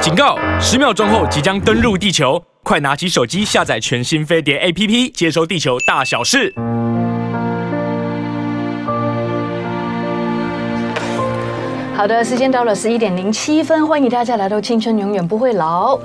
警告！十秒钟后即将登陆地球，快拿起手机下载全新飞碟 APP，接收地球大小事。好的，时间到了十一点零七分，欢迎大家来到《青春永远不会老》，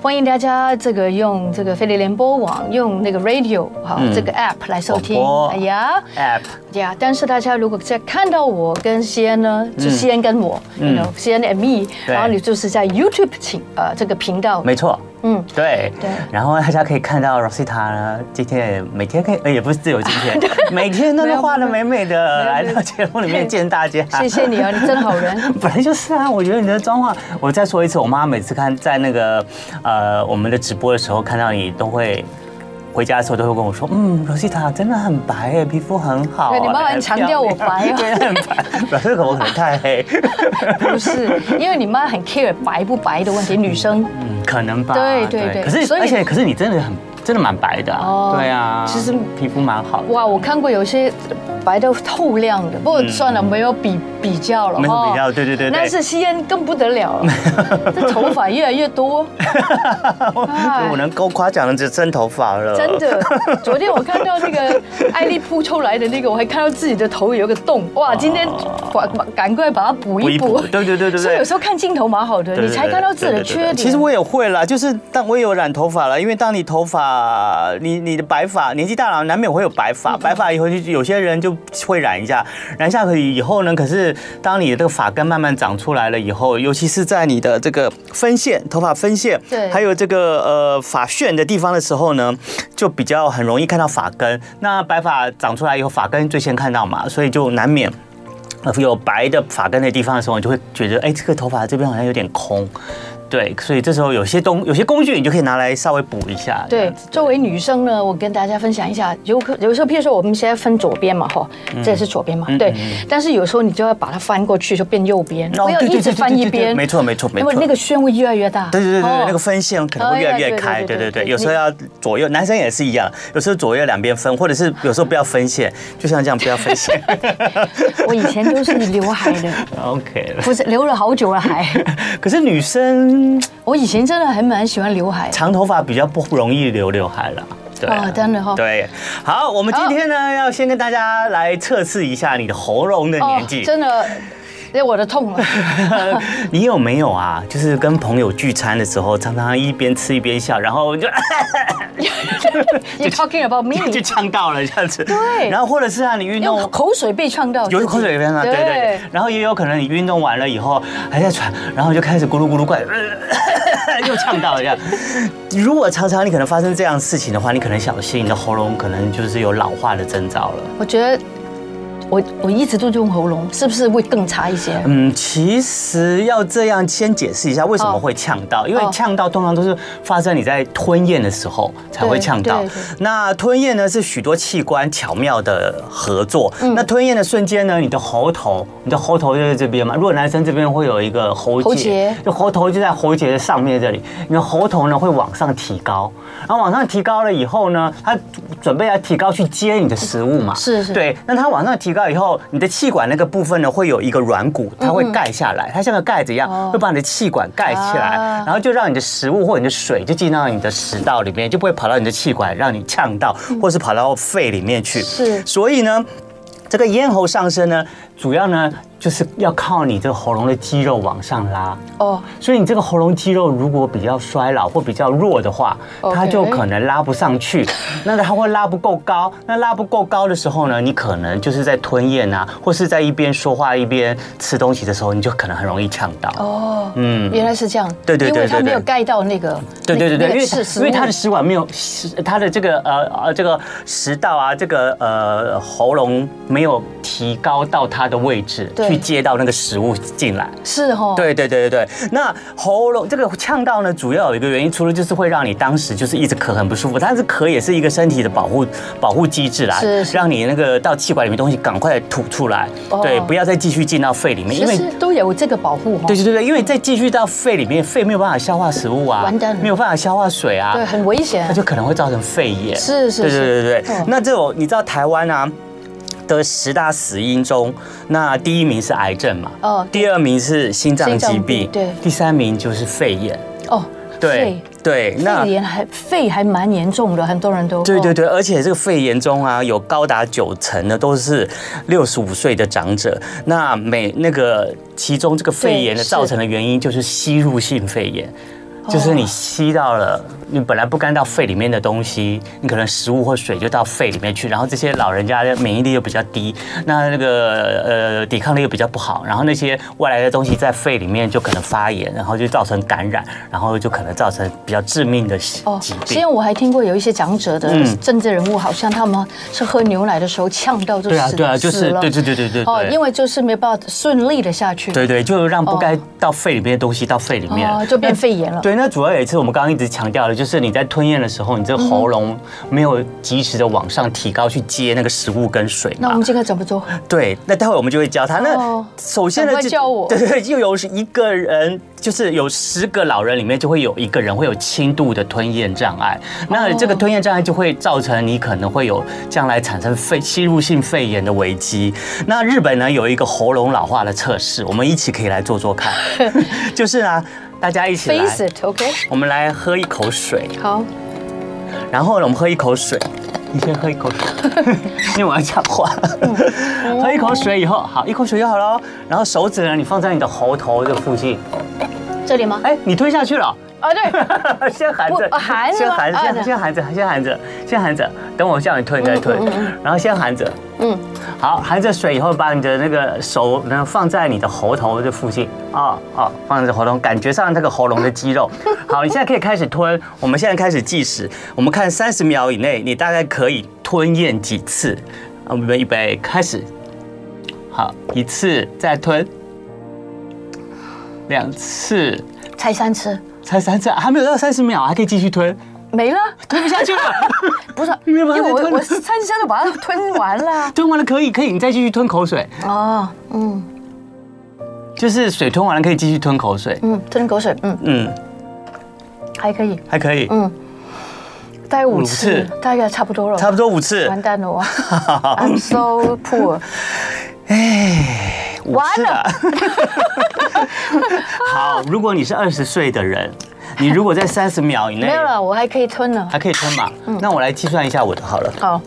欢迎大家这个用这个飞碟联播网，用那个 radio 好、这个 app 来收听嗯广播。哎呀， App 呀！但是大家如果在看到我跟西安呢，就西安跟我，嗯西安 and me，对然后你就是在 YouTube 请呃这个频道，没错，嗯，对对然后大家可以看到 Rosita 呢，今天也每天可以， 呃也不是只有今 天，每天都没是有画的美美没的，有来没有到节目里面见大家。谢谢你啊，你真好人。 本来就是啊，我觉得你的妆化，我再说一次，我妈每次看在那个呃我们的直播的时候看到你，都会回家的时候都会跟我说，嗯，Rosita 真的很白耶，皮肤很好耶。对你妈妈很强调我白哦 对，很白， 表示我可能太黑，不 是，因为你妈很 care 白不白的问题，女生嗯，可能吧。对对对可是所以而且可是你真的很真的蛮白的啊、哦对啊，其实皮肤蛮好的。哇，我看过有些白到透亮的，不过算了，没有比比较了嗯没有哈比较对对对对但是西安更不得 了了，这头发越来越多，我能够夸奖的只剩头发了，哎真的。昨天我看到那个艾丽扑出来的那个，我还看到自己的头有个洞，哇！今天赶赶快把它补补一一补啊补，。对对对对所以有对。时候看镜头蛮好的，对你才看到自己的缺点。其实我也会啦，就是当我也有染头发了，因为当你头发，你你的白发，年纪大了难免会有白发，嗯白发以后就有些人就会染一下，染一下可以以后呢，可是当你的这个发根慢慢长出来了以后，尤其是在你的这个分线，头发分线，对还有这个呃发旋的地方的时候呢，就比较很容易看到发根。那白发长出来以后，发根最先看到嘛，所以就难免。呃有白的发根的地方的时候，你就会觉得，哎，这个头发这边好像有点空，对，所以这时候有些东有些工具你就可以拿来稍微补一下。这对样子，作为女生呢，我跟大家分享一下，有可有时候，譬如说我们现在分左边嘛，哈，嗯这也是左边嘛，对。但是有时候你就要把它翻过去，就变右边，哦不要对对一对直对翻对一对对边，没错没错没因为错那个漩涡越来越大。对对对对哦对，那个分线可能会越来越开，哎对对对对对对对，对有时候要左右，男生也是一样，有时候左右两边分，或者是有时候不要分线，就像这样不要 分线我以前都是刘海 的， ，OK 了。不是留了好久了还。可是女生我以前真的还蛮喜欢刘海。长头发比较不容易留刘海了。对啊哦真的哦对，好，我们今天呢要先跟大家来测试一下你的喉咙的年纪。哦真的，哎，我的痛 了。你有没有啊？就是跟朋友聚餐的时候，常常一边吃一边笑，然后就哎 You're talking about me？ 就呛到了这样子。对然后或者是啊，你运用动。口水被呛到自己，有口水边上，对对对，然后也有可能你运动完了以后还在喘，然后就开始咕噜咕噜怪，呃 又呛到了这样。如果常常你可能发生这样的事情的话，你可能小心，你的喉咙可能就是有老化的征兆了。我觉得我我一直都用喉咙，是不是会更差一些？嗯，其实要这样先解释一下为什么会呛到，因为哦呛到通常都是发生你在吞咽的时候才会呛到对对。那吞咽呢是许多器官巧妙的合作。嗯那吞咽的瞬间呢，你的喉头，你的喉头就在这边嘛。如果男生这边会有一个喉喉结结，就喉头就在喉结的上面这里，你的喉头呢会往上提高，然后往上提高了以后呢，它准备要提高去接你的食物嘛，是是对。那它往上提高以后，你的气管那个部分呢会有一个软骨，它会盖下来，它像个盖子一哦样，会把你的气管盖起来啊，然后就让你的食物或你的水就进到你的食道里面，就不会跑到你的气管让你呛到，或是跑到肺里面去。嗯是所以呢。这个咽喉上升呢，主要呢就是要靠你这个喉咙的肌肉往上拉。哦，所以你这个喉咙肌肉如果比较衰老或比较弱的话， OK 它就可能拉不 上去，那它会拉不够高。那拉不够高的时候呢，你可能就是在吞咽啊，或是在一边说话一边吃东西的时候，你就可能很容易呛到。哦，嗯，原来是这样，对对因对为它对对没有盖到那个，对对对对，那个因为是它食物因为它的食管没有食，它的这个呃呃这个食道啊，这个呃喉咙没有提高到它的位置对去接到那个食物进来。是哦哈，，对对对对对，那喉咙这个呛到呢，主要有一个原因，除了就是会让你当时就是一直咳很不舒服，但是咳也是一个身体的保护保护机制啦，是是让你那个到气管里面东西赶快吐出来，哦对，不要再继续进到肺里面，其因为。实都有这个保护哈，哦对对对对，因为再继续到肺里面，肺没有办法消化食物啊，完蛋了没有办法消化水啊，对，很危险那，就可能会造成肺炎。是是嗯对对对对是对。那这种你知道台湾啊？的十大死因中，那第一名是癌症嘛，哦对第二名是心脏心脏疾病病，对第三名就是肺炎，哦，对对，肺肺炎还肺还蛮严重的，很多人都对对哦对，而且这个肺炎中啊，有高达九成呢都是六十五岁的长者。那每那个其中这个肺炎的对是造成的原因就是吸入性肺炎，就是你吸到了你本来不该到肺里面的东西，你可能食物或水就到肺里面去，然后这些老人家的免疫力又比较低，那那个呃抵抗力又比较不好，然后那些外来的东西在肺里面就可能发炎，然后就造成感染，然后就可能造成比较致命的疾哦，疾之病。前我还听过有一些长者的嗯政治人物，好像他们是喝牛奶的时候呛到就死对啊，对啊，就死是了对对对对对哦，对因为就是没办法顺利的下去， 对对，就让不该哦到肺里面的东西到肺里面，哦，就变肺炎了。哎对，那主要也是我们刚刚一直强调的，就是你在吞咽的时候，你这个喉咙没有及时的往上提高去接那个食物跟水那我嘛们。这个怎么做？对，那待会我们就会教他。那哦首先呢，赶快就教我 对对，就有一个人，就是有十个老人里面就会有一个人会有轻度的吞咽障碍。哦那这个吞咽障碍就会造成你可能会有将来产生肺吸入性肺炎的危机。那日本呢有一个喉咙老化的测试，我们一起可以来做 做看。就是啊，大家一 起来。 Face it，OK？、我们来喝一口水，好，然后呢，我们喝一口水。你先喝一口水，因为我要讲话。喝一口水以后，好，一口水就好了。然后手指呢，你放在你的喉头的附近。这里吗？哎，你吞下去了。啊，对， 先含着不，哦含着先吗含着，啊嗯先对先含着，先含着，先含着。等我叫你吞，你再吞。然后先含着。嗯，好，含着水以后，把你的那个手呢放在你的喉头的附近，哦哦，放在喉咙，感觉上那个喉咙的肌 肉。好，你现在可以开始吞。我们现在开始计时，我们看三十秒以内，你大概可以吞咽几次。我们预备开始。好，一次再吞，两次，才三次，才三次，还没有到三十秒，还可以继续吞， 没了。吞不下去了。 不是，因没有把它为我吞我三下都把它吞完了。吞完了可以，可以，你再继续吞口水， 哦，嗯就是水吞完了可以继续吞口水。嗯，吞口水，嗯，嗯，还可以，还可以。嗯，大概五五次次，大概差不多了。差不多五次，完蛋了 我，I'm so poor。五次了。 好，如果你是二十岁的人，你如果在三十秒以内没有了，我嗯还可以吞了。哎还可以吞嘛，那我来计算一下我的好了，好，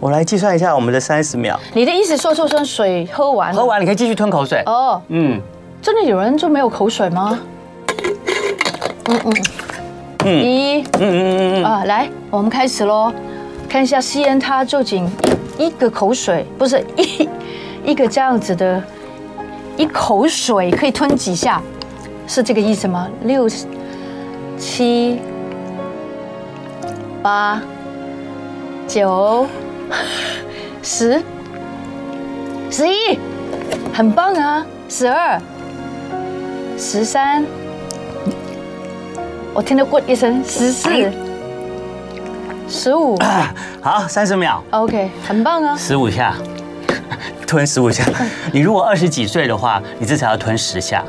我来计算一下我们的三十秒，你的意思说出声水喝完了？喝完你可以继续吞口水。哦，嗯，真的有人就没有口水吗？嗯嗯一嗯嗯嗯嗯嗯，啊，来，我们开始喽，看一下吸烟它究竟一个口水不是一一个这样子的，一口水可以吞几下，是这个意思吗？六七八九十十一，很棒啊！十二十三，我听到咕一声，十四十五。好，三十秒， OK，很棒啊！十五下， 吞十五下。嗯你如果二十几岁的话，你至少要吞十下。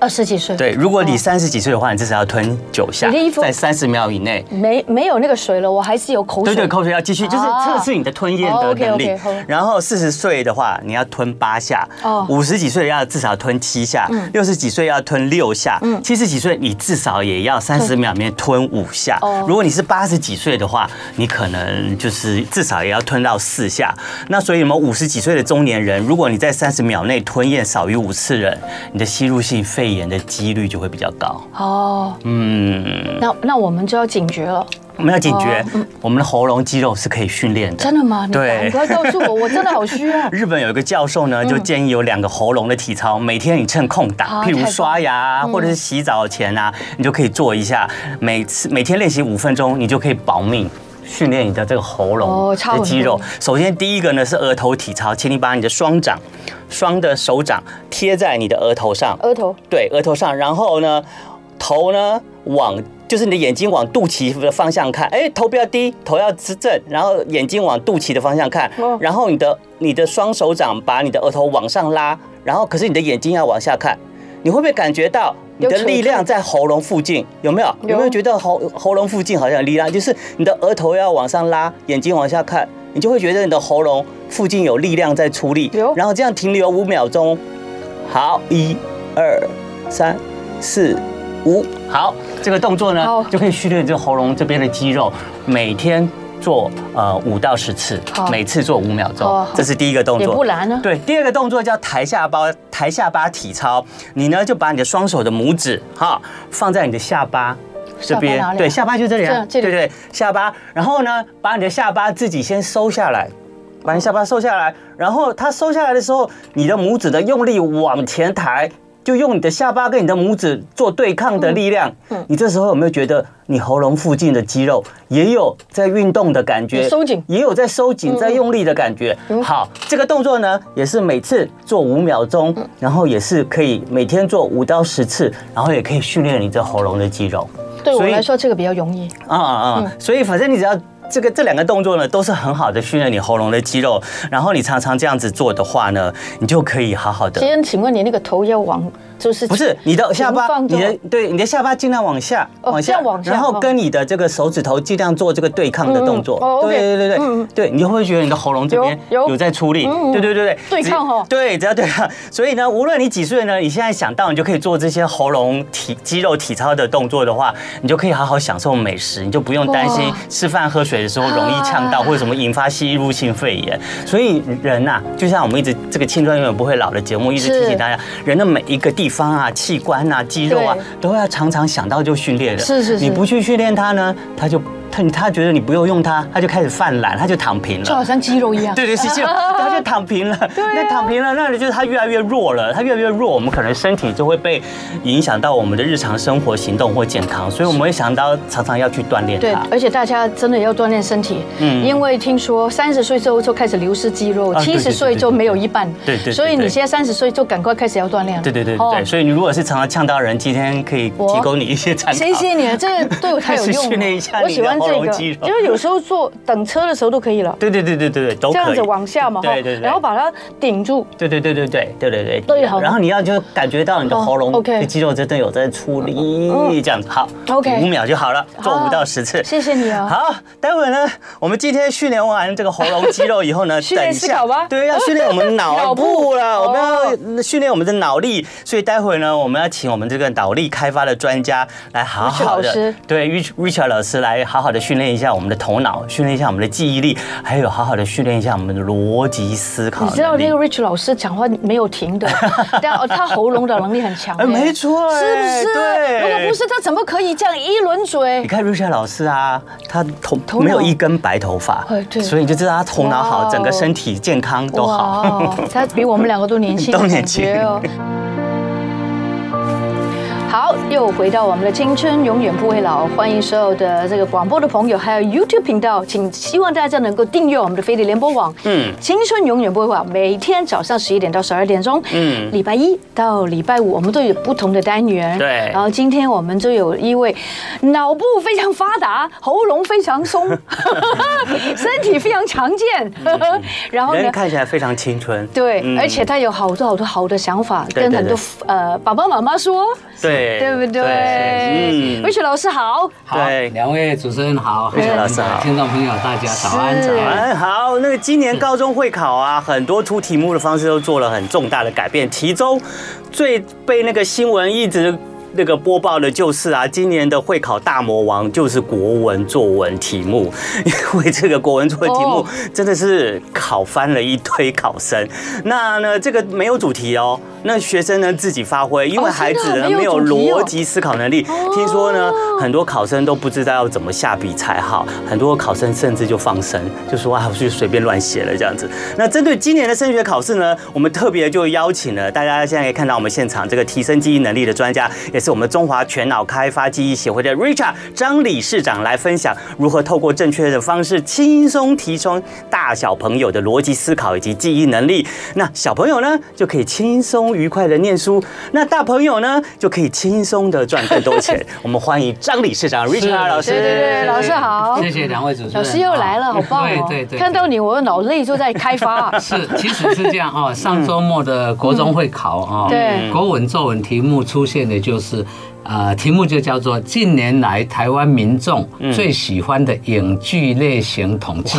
二十几岁，对，，如果你哦三十几岁的话，你至少要吞九下你的衣，服在三十秒以内。没没有那个水了，我还是有口对水。对，口水要继续，就是啊测试你的吞咽哦的能力，OK，OK，好。然后四十岁的话，你要吞八下哦；嗯五十几岁要至少吞七下；六十几岁要吞六下；七十几岁你至少也要三十秒里面吞五下哦。如果你是八十几岁的话，你可能就是至少也要吞到四下。那所以我们五十几岁的中年人，如果你在三十秒内吞咽少于五次人，你的吸入性肺炎的几率就会比较高。哦，嗯，那那我们就要警觉了。我们要警觉哦，我们的喉咙肌肉是可以训练的真。的吗？你对赶快告诉我，我真的好需 要。日本有一个教授呢，就建议有两个喉咙的体操，每天你趁空档，啊譬如太棒嗯刷牙啊或者是洗澡前啊，你就可以做一下。每次每天练习五分钟，你就可以保命。训练你的这个喉咙哦差很多的肌肉。首先第一个呢是额头体操，请你把你的双掌、双的手掌贴在你的额头上，额头对，额头上，然后呢，头呢往。就是你的眼睛往肚脐的方向看，哎，头不要低，头要直正，然后眼睛往肚脐的方向看，哦然后你的你的双手掌把你的额头往上拉，然后可是你的眼睛要往下看，你会不会感觉到你的有力垂量在喉咙附近？有没有？有没有有觉得喉喉咙附近好像有力量？就是你的额头要往上拉，眼睛往下看，你就会觉得你的喉咙附近有力量在出力有，然后这样停留五秒钟。好，一、二、三、四、五。好，这个动作好呢，就可以训练这喉咙这边的肌肉，每天做呃五到十次好，每次做五秒哦钟好，这是第一个动也作。不难啊呢。对，第二个动作叫抬下巴，抬下巴体操。你呢就把你的双手的拇指哈放在你的下巴这边下巴哪，里啊对，下巴就这里啊，这对这里对对，下巴。然后呢，把你的下巴自己先收下来。把你下巴收下来，然后它收下来的时候，你的拇指的用力往前抬，就用你的下巴跟你的拇指做对抗的力量。嗯你这时候有没有觉得你喉咙附近的肌肉也有在运动的感觉？有收紧也有在收紧、在用力的感觉。嗯好，这个动作呢，也是每次做五秒钟，嗯然后也是可以每天做五到十次，然后也可以训练你这喉咙的肌肉。对我所以来说，这个比较容易。啊啊！啊！所以反正你只要这个这两个动作呢，都是很好的训练你喉咙的肌肉。然后你常常这样子做的话呢，你就可以好好今的。天请问你那个头要往，就是不是你的下平巴，放你就好的对你的下巴尽量往下，哦这样往下然后跟你的这个手指头尽量做这个对抗的动作嗯嗯哦。，OK 对对对对嗯嗯对，对你就会觉得你的喉咙这边有有有在出力嗯嗯。对对对对，对只抗哦对，只要对抗。所以呢，无论你几岁呢，你现在想到你就可以做这些喉咙体肌肉体操的动作的话，你就可以好好享受美食，你就不用担心哇吃饭喝水的时候容易呛到，啊或者什么引发吸入性肺炎。所以人呐、啊就像我们一直这个青春永远不会老的节目一直是提醒大家，哎人的每一个地方啊、器官啊、肌肉啊对，都要常常想到就训练的。是是是你不去训练它呢，它就它他觉得你不用用它，它就开始犯懒，它就躺平了。就好像肌肉一样。对 对，是就他就躺平了，啊那躺平了，那就是他越来越弱了，他越来越弱，我们可能身体就会被影响到我们的日常生活、行动或健康，所以我们会想到常常要去锻炼对它，。而且大家真的要锻炼身体，啊嗯因为听说三十岁之后就开始流失肌肉，啊对七对十对岁对就对没有一半，对对对所以你对现在三十岁就赶快开始要锻炼了，对对对对哦对，所以你如果是常常呛到人，今天可以我提供你一些参考。 谢谢你，啊这个对我太有开始用训练一了下，我你喜的欢喉这咙个，肌肉因为有时候坐等车的时候都可以了，对对对对对对，都这样可以子。往下嘛，对对对然后把它顶住，对对对对对对对对对好然后你要就感觉到你的哦喉咙 OK 嗯的肌肉真的有在出力，这样子好 OK 五秒就好了，做好五到十次。谢谢你啊，好，待会儿呢，我们今天训练完这个喉咙肌肉以后 呢，训练等一下思考吧对，要训练我们脑脑部部 了，我们哦要训练我们的脑力。所以待会儿呢，我们要请我们这个脑力开发的专家来好 Richard 好老师的，对，Rich- Richard 老师来好好的训练一下我们的头脑，训练一下我们的记忆力，还有好好的训练一下我们的逻辑思考你知道能力那个 Rich 老师讲话没有停 的，但哦他喉咙的能力很强哎耶，没错哎是不是？对如果不是他怎么可以这样一轮嘴你？看 Richard 老师啊，他头头脑没有一根白头发哎对，所以你就知道他头脑哇哦好，整个身体健康都好。 哇，哦他比我们两个都年轻，都年轻感觉哦。好，又回到我们的青春永远不会老，欢迎所有的这个广播的朋友，还有 YouTube 频道，请希望大家能够订阅我们的飞碟联播网。嗯嗯，青春永远不会老，每天早上十一点到十二点钟，嗯，嗯礼拜一到礼拜五我们都有不同的单元，对然后今天我们就有一位脑部非常发达，喉咙非常松， 身体非常强健，嗯 然后呢人，看起来非常青春，对，嗯而且他有好多好多好的想法，对跟对很多呃爸爸妈妈说，对对不对？嗯魏雪老师好，好对，两位主持人好，魏雪老师好听众朋友大家早安是早安。哎，好，那个今年高中会考啊，很多出题目的方式都做了很重大的改变，其中最被那个新闻一直。那个播报的就是啊，今年的会考大魔王就是国文作文题目， 因为这个国文作文题哦目真的是考翻了一堆考生。那呢，这个没有主题哦，那学生呢自己发挥，因为哦孩真的子呢没有没有主题哦逻辑。及思考能力。听说呢，很多考生都不知道要怎么下笔才好，很多考生甚至就放生，就说啊，我就随便乱写了这样子。那针对今年的升学考试呢，我们特别就邀请了大家现在可以看到我们现场这个提升记忆能力的专家，也是我们中华全脑开发记忆协会的 Richard 张理事长来分享如何透过正确的方式轻松提升大小朋友的逻辑思考以及记忆能力。那小朋友呢，就可以轻松愉快的念书；那大朋友呢，就可以轻松的赚更多钱。我们欢迎张理事长 Richard 老师。对对对老师好谢谢两位主持人，老师又来了，好棒哦！对对对，看到你，我的脑内就在开 发。是，哦其实是这样哈、上周末的国中会考啊、嗯对国文作文题目出现的就是是，呃，题目就叫做“近年来台湾民众嗯最喜欢的影剧类型统计”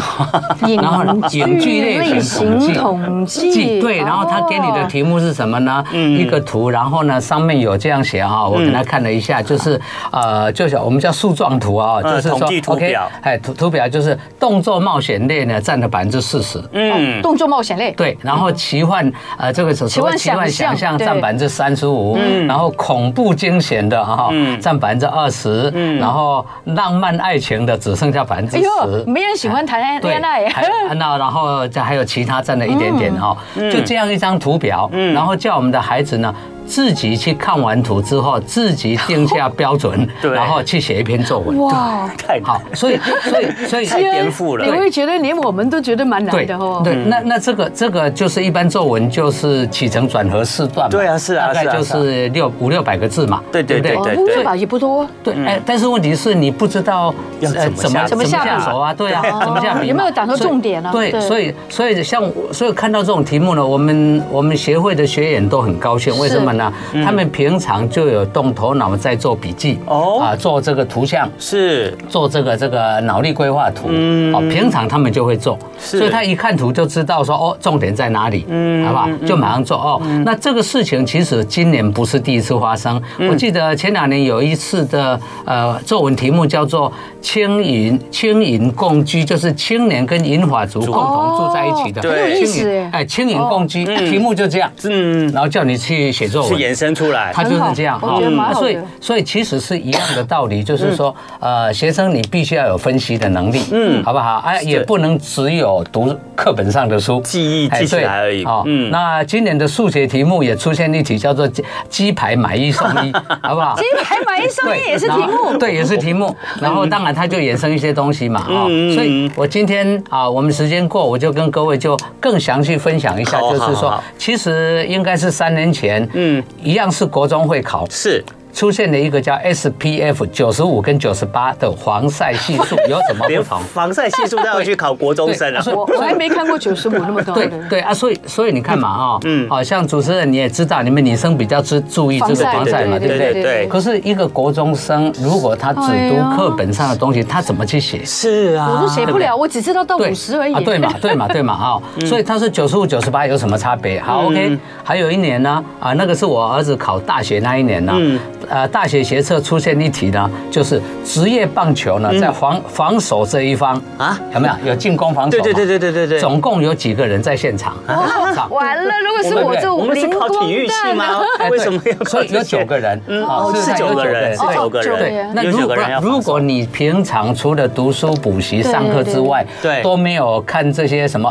然后呢影剧影剧类类型型统统计，对，然后他给你的嗯哦题目是什么呢？嗯一个图，然后呢上面有这样写哈，我给他看了一下，就是呃，就是我们叫树状图啊，嗯就是统说计图 OK，表哎，图图表就是动作冒险类呢占了百分之四十，嗯，哦动作冒险类，对，然后奇幻呃，这个所奇所幻谓奇幻想象想象占对百分之三十五，然后恐怖惊险的哈嗯占百分之二十，然后浪漫爱情的只剩下百分嗯之哎呦，十。没人喜欢谈 对恋爱，啊还有那然后这还有其他占了一点嗯点哈，就这样一张图表，然后叫我们的孩子呢自己去看完图之后，自己定下标准， 对然后去写一篇作文。哇，太好，所以所以 所以太颠覆了你会觉得连我们都觉得蛮难对的哦。嗯对，那那这个这个就是一般作文就是起承转合四段嘛，对啊是啊大是概啊就是啊是六五六百个字嘛，对对不对哦，对不会吧，也不多。对，哎，但是问题是你不知道要呃怎么下怎怎么么下下手啊？对啊，哦怎么下笔嘛？有没有打出重点啊所以对对，所以所以像我，所以看到这种题目呢，我们我们协会的学员都很高兴，为什么呢？他们平常就有动头脑在做笔记哦啊，做这个图像，是做这个这个脑力规划图，哦，平常他们就会做，嗯是嗯所以他一看图就知道说哦，重点在哪里，好不好？就马上做哦。那这个事情其实今年不是第一次发生，嗯我记得前两年有一次的呃作文题目叫做“青云青云共居”，就是青年跟银法族共同住在一起的，哦很有意思青云哎哎，青云共居，哦题目就这样，嗯，然后叫你去写作文，是延伸出来他就是这样啊很好我觉得蛮好的所以所以其实是一样的道理，就是说，呃，学生你必须要有分析的能力，嗯，好不好？哎，也不能只有读课本上的书，记忆哎记起来而已对哦，嗯那今年的数学题目也出现一题叫做鸡“鸡排买一送一”，好不好？今天还买一送对，一也是然题后目，对，也是题目。然后当然它就衍生一些东西嘛，嗯啊，所以我今天啊，我们时间过，我就跟各位就更详细分享一下，好好就哦是好说好，其实应该是三年前，嗯嗯，一样是国中会考。是出现了一个叫 SPF 九十五跟九十八的防晒系 数有什么不连同？防晒系数都要去考国中生啊对，我我还没看过九十五那么高对的。对啊，所以所以你看嘛啊，嗯，好像主持人你也知道，你们女生比较注注意这个防晒嘛，对对对不对对？对可是一个国中生，如果他只嗯哎读呀课本上的东西，他怎么去写？是啊，我都写不了，我只知道到五十而已。啊，对嘛，对嘛，对 嘛啊、嗯所以他是九十五、九十八有什么差别？好、o k 还有一年呢，啊，那个是我儿子考大学那一年呢，嗯呃，大学学测出现一题呢，就是职业棒球呢，在防防守这一方嗯啊啊，有没有有进攻防守？对对对对对对对啊总共有几个人在现场？现场 完了，如果是我这我我们是哦灵考光体育系蛋吗啊？哎为对什么要考所这以些？有九个人，哦，是是在九个人，是哦九个九个人人，那有九个如果人要防如守果你平常除了读书、补习、对上课之外，对对都没有看这些什么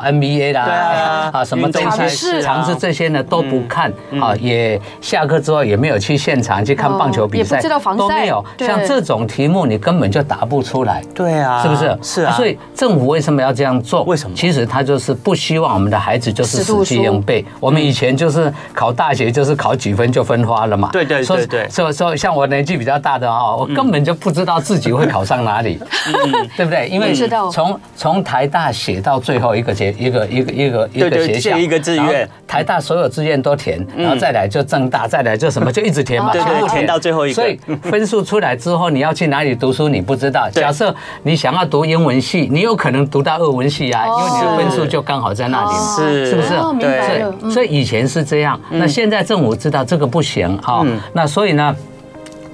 对 NBA 啊啦，啊什么东运动西赛事啊尝试这些呢都不看嗯啊，也下课之后也没有去现场去看棒球哦比也赛，不知道防晒都没有。对像这种题目你根本就答不出来。对啊，是不是？是啊，所以政府为什么要这样做？为什么其实他就是不希望我们的孩子就是死读死记书硬背。我们以前就是考大学，就是考几分就分花了嘛。对对对对嗯所以所以像我年纪比较大的哦，我根本就不知道自己会考上哪里， 对不对？因为不知道从从台大写到最后一个学一个一个一个一对对个学校这一个志愿，嗯然后台大所有志愿都填，然后再来就政大，再来就什么，就一直填嘛，对对全部填到最后一个所以分数出来之后，你要去哪里读书你不知道。对假设你想要读英文系，你有可能读到俄文系啊，因哦为你的分数就刚好在 那里嘛。是是不是哦明白了对，嗯所以以前是这样，那现在政府知道这个不行啊、那所以呢？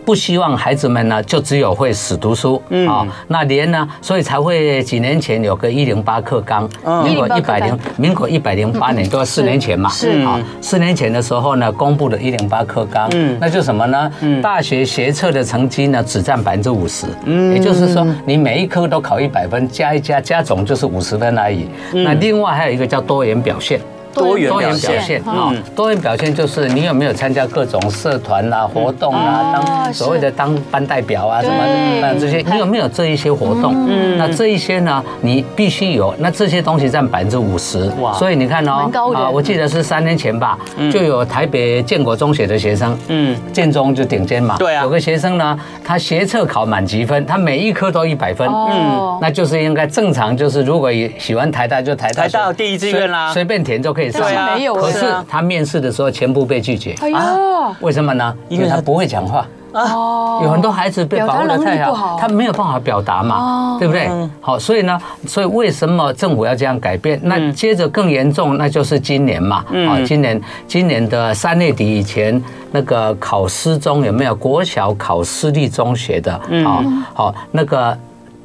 不希望孩子们呢，就只有会死读书啊、那连呢，所以才会几年前有个一零八课纲，民国108一百课零纲民国一百零八年，都要四年前嘛，是啊，四年前的时候呢，公布了一零八课纲，那就什么呢？大学学测的成绩呢，只占百分之五十，也就是说，你每一科都考一百分，加一加加总就是五十分而已。那另外还有一个叫多元表现。多元多元表现表嗯现嗯啊，多元表现就是你有没有参加各种社团嗯啊、活动哦啊，当是所谓的当班代表啊什么对那这些，你有没有这一些活动？嗯，那这一些呢，你必须有。那这些东西占百分之五十哇，所以你看哦蛮高，的啊，我记得是三年前吧，就有台北建国中学的学生，嗯嗯，建中就顶尖嘛，对啊有个学生呢，他学测考满级分，他每一科都一百分，哦嗯，那就是应该正常，就是如果也喜欢台大就台大台大随第一志愿啦随随便填就可以上但了。是没有可啊是他面试的时候全部被拒绝，哎呀，为什么呢？因因为为他他不会讲话。哦啊有很多孩子被表保达护的能力太不好哦好，他没有办法表达嘛，对不对？好，所以呢，所以为什么政府要这样改变？那接着更严重，那就是今年嘛，啊，今年今年的三月底以前，那个考私中有没有国小考私立中学的？啊，好，那个。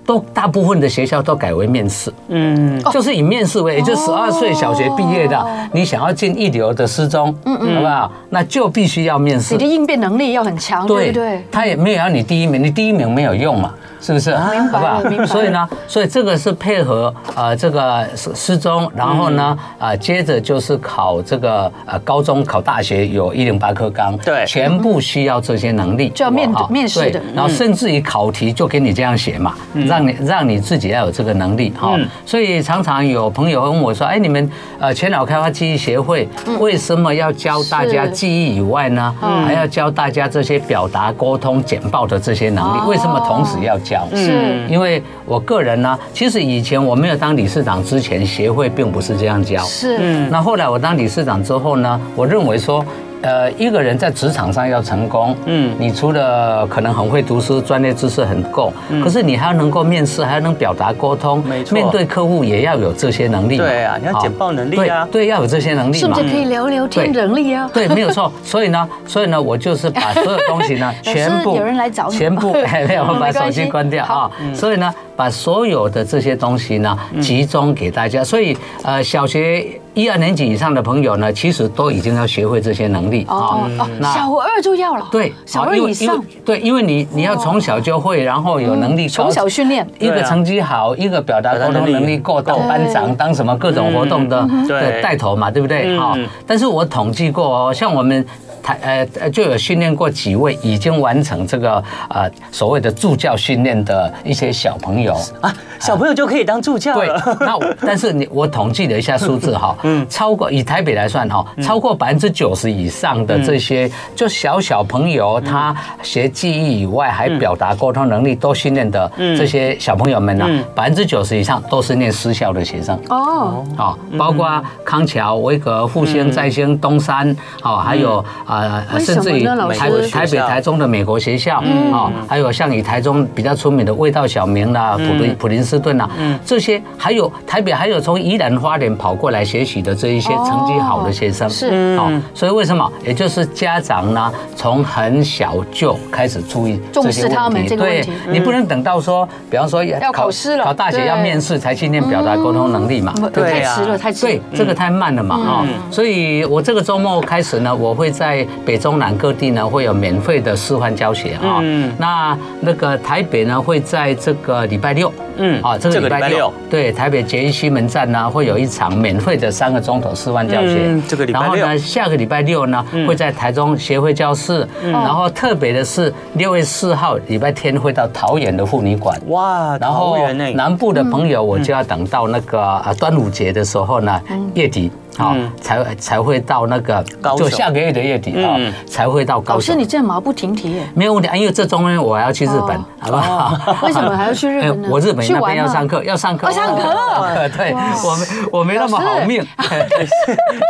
都大部分的学校都改为面试，嗯，哦就是以面试为，也就十二岁小学毕业的，你想要进一流的师中，嗯好不好？那就必须要面试你的。应变能力要很强，对不对？他也没有要你第一名，你第一名没有用嘛，是不是？哦明白了好不好明白了所以呢，所以这个是配合呃这个失失踪，然后呢，嗯呃接着就是考这个呃高中考大学有一零八课纲，对全部需要这些能力，就要面好面试对的嗯然后甚至于考题就给你这样写嘛，让你让你自己要有这个能力哈。所以常常有朋友问我说，哎，你们呃全脑开发记忆协会为什么要教大家嗯是记忆以外呢，嗯还要教大家这些表达、沟通、简报的这些能哦力？为什么同时要教？嗯是因为我个人呢，其实以前我没有当理事长之前，协会并不是这样教。嗯是，那后来我当理事长之后呢，我认为说，呃，一个人在职场上要成功，嗯，你除了可能很会读书，专业知识很够，可是你还要能够面试，还要能表达沟通，嗯没错面对客户也要有这些能力嘛。对啊你要好简报能力啊对对，要有这些能力是不嘛。是可以聊聊天对能力啊？对，没有错。所以呢， 所以呢，我就是把所有东西呢， 老师全部有人来找你全部 哎没有，我 把没关手系机关掉好嗯啊。所以呢，把所有的这些东西呢，集中给大家。所以呃，小学一二年级以上的朋友呢，其实都已经要学会这些能力啊哦。哦，小二就要了，对，小啊二因为以因为上，哦嗯对，因为你你要从小就会，然后有能力高，从小训练一个对啊成绩好，一个表达沟表达通能能力力够，当对班长，当什么各种活动的对的带头嘛，对不对？嗯哈，但是我统计过哦，像我们台呃呃就有训练过几位已经完成这个呃所谓的助教训练的一些小朋友，啊，小朋友就可以当助教对了。，那我但是你我统计了一下数字哈，超过以台北来算哈，超过百分之九十以上的这些就小小朋友，他学记忆以外，还表达沟通能力都训练的这些小朋友们呢，百分之九十以上都是念私校的学生。哦，啊，包括康桥、维格、复兴、再兴、东山，哦，还有啊，为呃什么甚至于呢老师嗯台美国北学校台北、台中的美国学校，哦，还有像以台中比较出名的味道小明啦、普林普林斯顿啦，这些，还有台北还有从宜兰花莲跑过来学习的这一些成绩好的学生，哦是哦，所以为什么？也就是家长呢，从很小就开始注意重这视些问他们题这个问对题嗯你不能等到说，比方说要考试了考大学要对嗯面试才去念表达沟通能力嘛，不对太啊迟了，太迟对了，，这嗯个太慢了嘛啊、所以我这个周末开始呢，我会在北中南各地呢会有免费的示范教学啊、嗯那那个台北呢会在这个礼拜六，嗯啊，这个这个礼礼拜拜六六，对，台北捷运西门站呢会有一场免费的三个钟头示范教学嗯，这个礼拜然后六嗯呢，下个礼拜六呢会在台中协会教室，然后特别的是六月四号礼拜天会到桃园的妇女馆。 哇，然桃后园呢？南部的朋友，我就要等到那个嗯啊端午节的时候呢，月底啊才才会到那个高，雄就下个月的月底啊嗯才会到高老师雄你。这马不停蹄耶，没有问题，啊因为这中间我要去日本哦，好不 好？为什么还要去日本呢哎我日本去那玩边要吗上课，要上课，哦上课上课 对我没我没那么好 命。。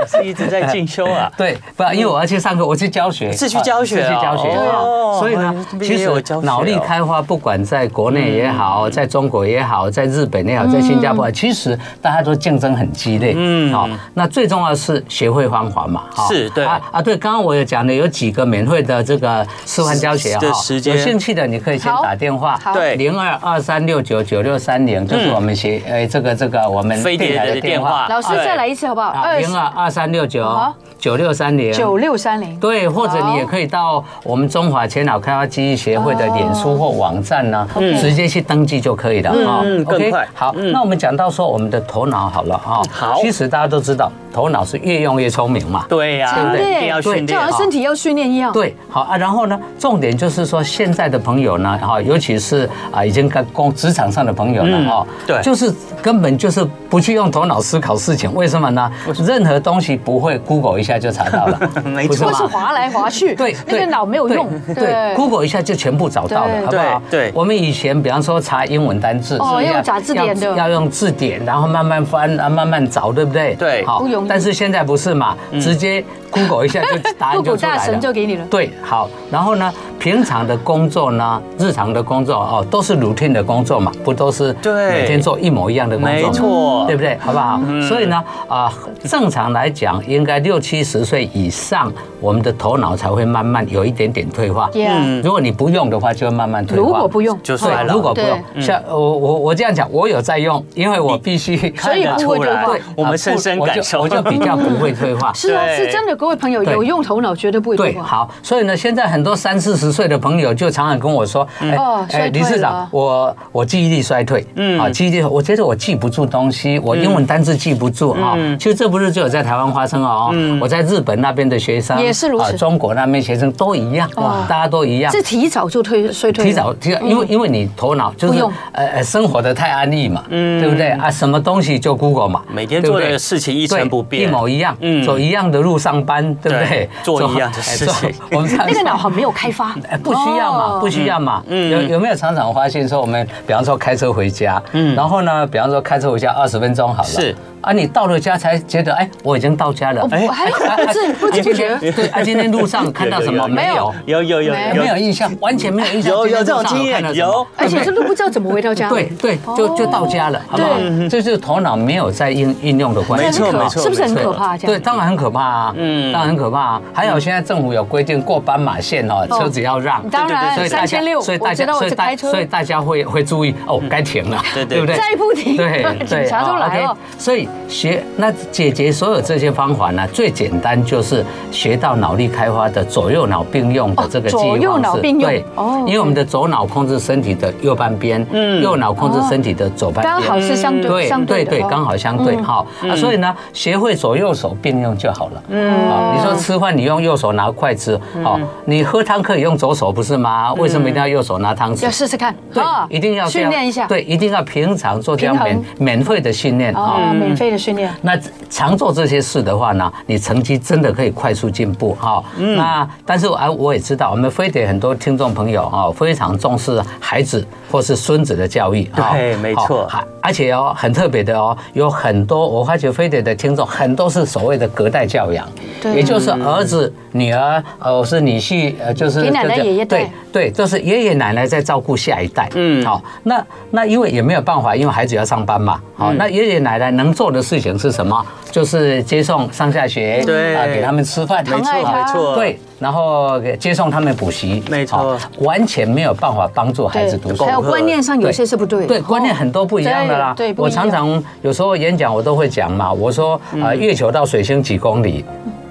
是一直在进修啊 对，不，因为我要去上课，我去教学，是去教学啊是去教学哦啊哦所以呢，这边其也有实教学哦嗯脑力开发，不管在国内也好，在中国也好，在日本也好，在新加坡也好，其实大家都竞争很激烈。嗯，好，那最重要的是学会方法嘛。哈是对啊啊，对，刚刚我有讲的有几个免费的这个示范教学这哈，时间有兴趣的你可以先好打电话，好对嗯零二二三六九九六三零就是我们协呃这个这个我们飞碟电台的电话老师对再来一次好不好？啊，零二二三六九好九六三零九六三零，对，或者你也可以到我们中华前脑开发记忆协会的脸书或网站呢，直接去登记就可以了啊。嗯更 OK，快好，那我们讲到说我们的头脑好了啊。好哦其实大家都知道，头脑是越用越聪明嘛。对呀，真的一定耶要训就练好像啊。身体要训练一样，啊对，好啊，然后呢，重点就是说，现在的朋友呢，哈，尤其是啊，已经跟工职场上的朋友嗯呢，哈、对，就是根本就是不去用头脑思考事情，为什么呢？任何东西不会 Google 一下就查到了 没不错或吗是划来划去，对，那个对脑没有用，对 ，Google 一下就全部找到了，对好不好？对对我们以前比方说查英文单字，哦是要要找字典的要要用字典，然后慢慢翻啊，慢慢找，对不对？对嗯好不容易 但是现在不是嘛，直接 Google 一下就答案就 Google 出来了。大神就给你了对，好。然后呢，平常的工作呢，日常的工作哦，都是 routine 的工作嘛，不都是对每天做一模一样的工作没嘛错对不对？好不好？嗯所以呢，啊、正常来讲，应该六七十岁以上，我们的头脑才会慢慢有一点点退化。 Yeah 如果你不用的话，就会慢慢退化。如果不用，嗯就对衰老如果不对用，像呃我我我这样讲，我有在用，因为我必须所以看得不会出退来化，我啊们深深不感受，我就我就比较不会退化。是啊，对是真的，各位朋友对有用头脑绝对不会退对，化。好，所以呢，现在很多三四十岁的朋友就常常跟我说，哎哦衰退理事了长，我我记忆力衰退，嗯嗯，啊，记忆力，我觉得我记不住东西，嗯我英文单字记不住啊。其实这不是只有在台湾发生哦，我在日本那边的学生嗯也是如此啊中国那边学生都一样，哇大家都一样。是提早就退衰退了，提早提早，因为因为你头脑啊嗯就不是用嗯呃呃生活的太安逸嘛，对不对啊？什么东西就 Google 嘛，每天对不做的对事情一成对不变一模一样嗯，走一样的路上班，对不对对？做走一样的事哎情做 我们常那个脑很没有开发 哎，不需要嘛，哦不需要嘛。嗯有有没有常常发现说，我们比方说开车回家，然后呢，比方说开车回家二十分钟好了，嗯是啊，你到了家才觉得，哎，我已经到家了我。哎我 还哦不知不知不觉，对啊，今天路上看到什么没没有有？有有有没哎没有印象，完全没有印象。有有今天这种路上经看到验什么有，而且这都不知道怎么回到家。对，对，就就到家了，好不好哦对？这就是头脑没有在应应用的关系。没这错很可没错是不是很没可错怕？这对，样当然很可怕啊，嗯嗯，当然很可怕啊。还有现在政府有规定，过斑马线哦，车子要让，当然所以三大家千六，所以大我知家，道所我以在大，开车所，以大家会会注意哦，该停了，嗯对对对不对？再不 停，对，警对察都哦来了 OK，。所以学那解决所有这些方法呢，最简单就是学到脑力开发的左右脑并用的这个记忆哦左方式。右脑并用对哦，因为我们的左脑控制身体的右半边，嗯，右脑控制身体的左半边，嗯刚好是相对相对的对，哦嗯刚好相对哈、啊，所以呢，学会左右手并用就好了。嗯，你哦说吃饭你用右手拿筷子，嗯哦，你喝汤可以用左手不是吗？为什么一定要右手拿汤匙要？试试看，对哈，一定要这哦训样练一下，对，一定要平常做这样平衡免免费的训练啊。哦，免费的训练。那常做这些事的话呢，你成绩真的可以快速进步哈、嗯那但是啊，我也知道我们非得很多听众朋友啊、非常重视孩子或是孙子的教育哈对没错好而且哦，很特别的哦，有很多我发觉非得的听众很多是所谓的隔代教养，对也就是儿子、女儿，呃，是女婿，呃，就是给奶奶这个爷爷带对对，就是爷爷奶奶在照顾下一代。嗯，好，那那因为也没有办法，因为孩子要上班嘛。好，那爷爷奶奶能做的事情是什么？就是接送上下学，对啊，给他们吃饭，没疼爱错他没错，对，然后给接送他们补习，没错好，完全没有办法帮助孩子读书还。有观念上有些是不对的，对，哦观念很多不一样的啦。对，对不我一样常常有时候演讲我都会讲嘛，我说啊，呃月球到水星几公里？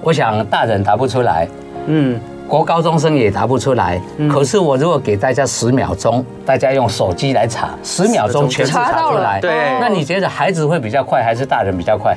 我想大人答不出来，嗯，国高中生也答不出来。嗯可是我如果给大家十秒钟，大家用手机来查，十秒钟全部查查到出了来。对那你觉得孩子会比较快，还是大人比较快？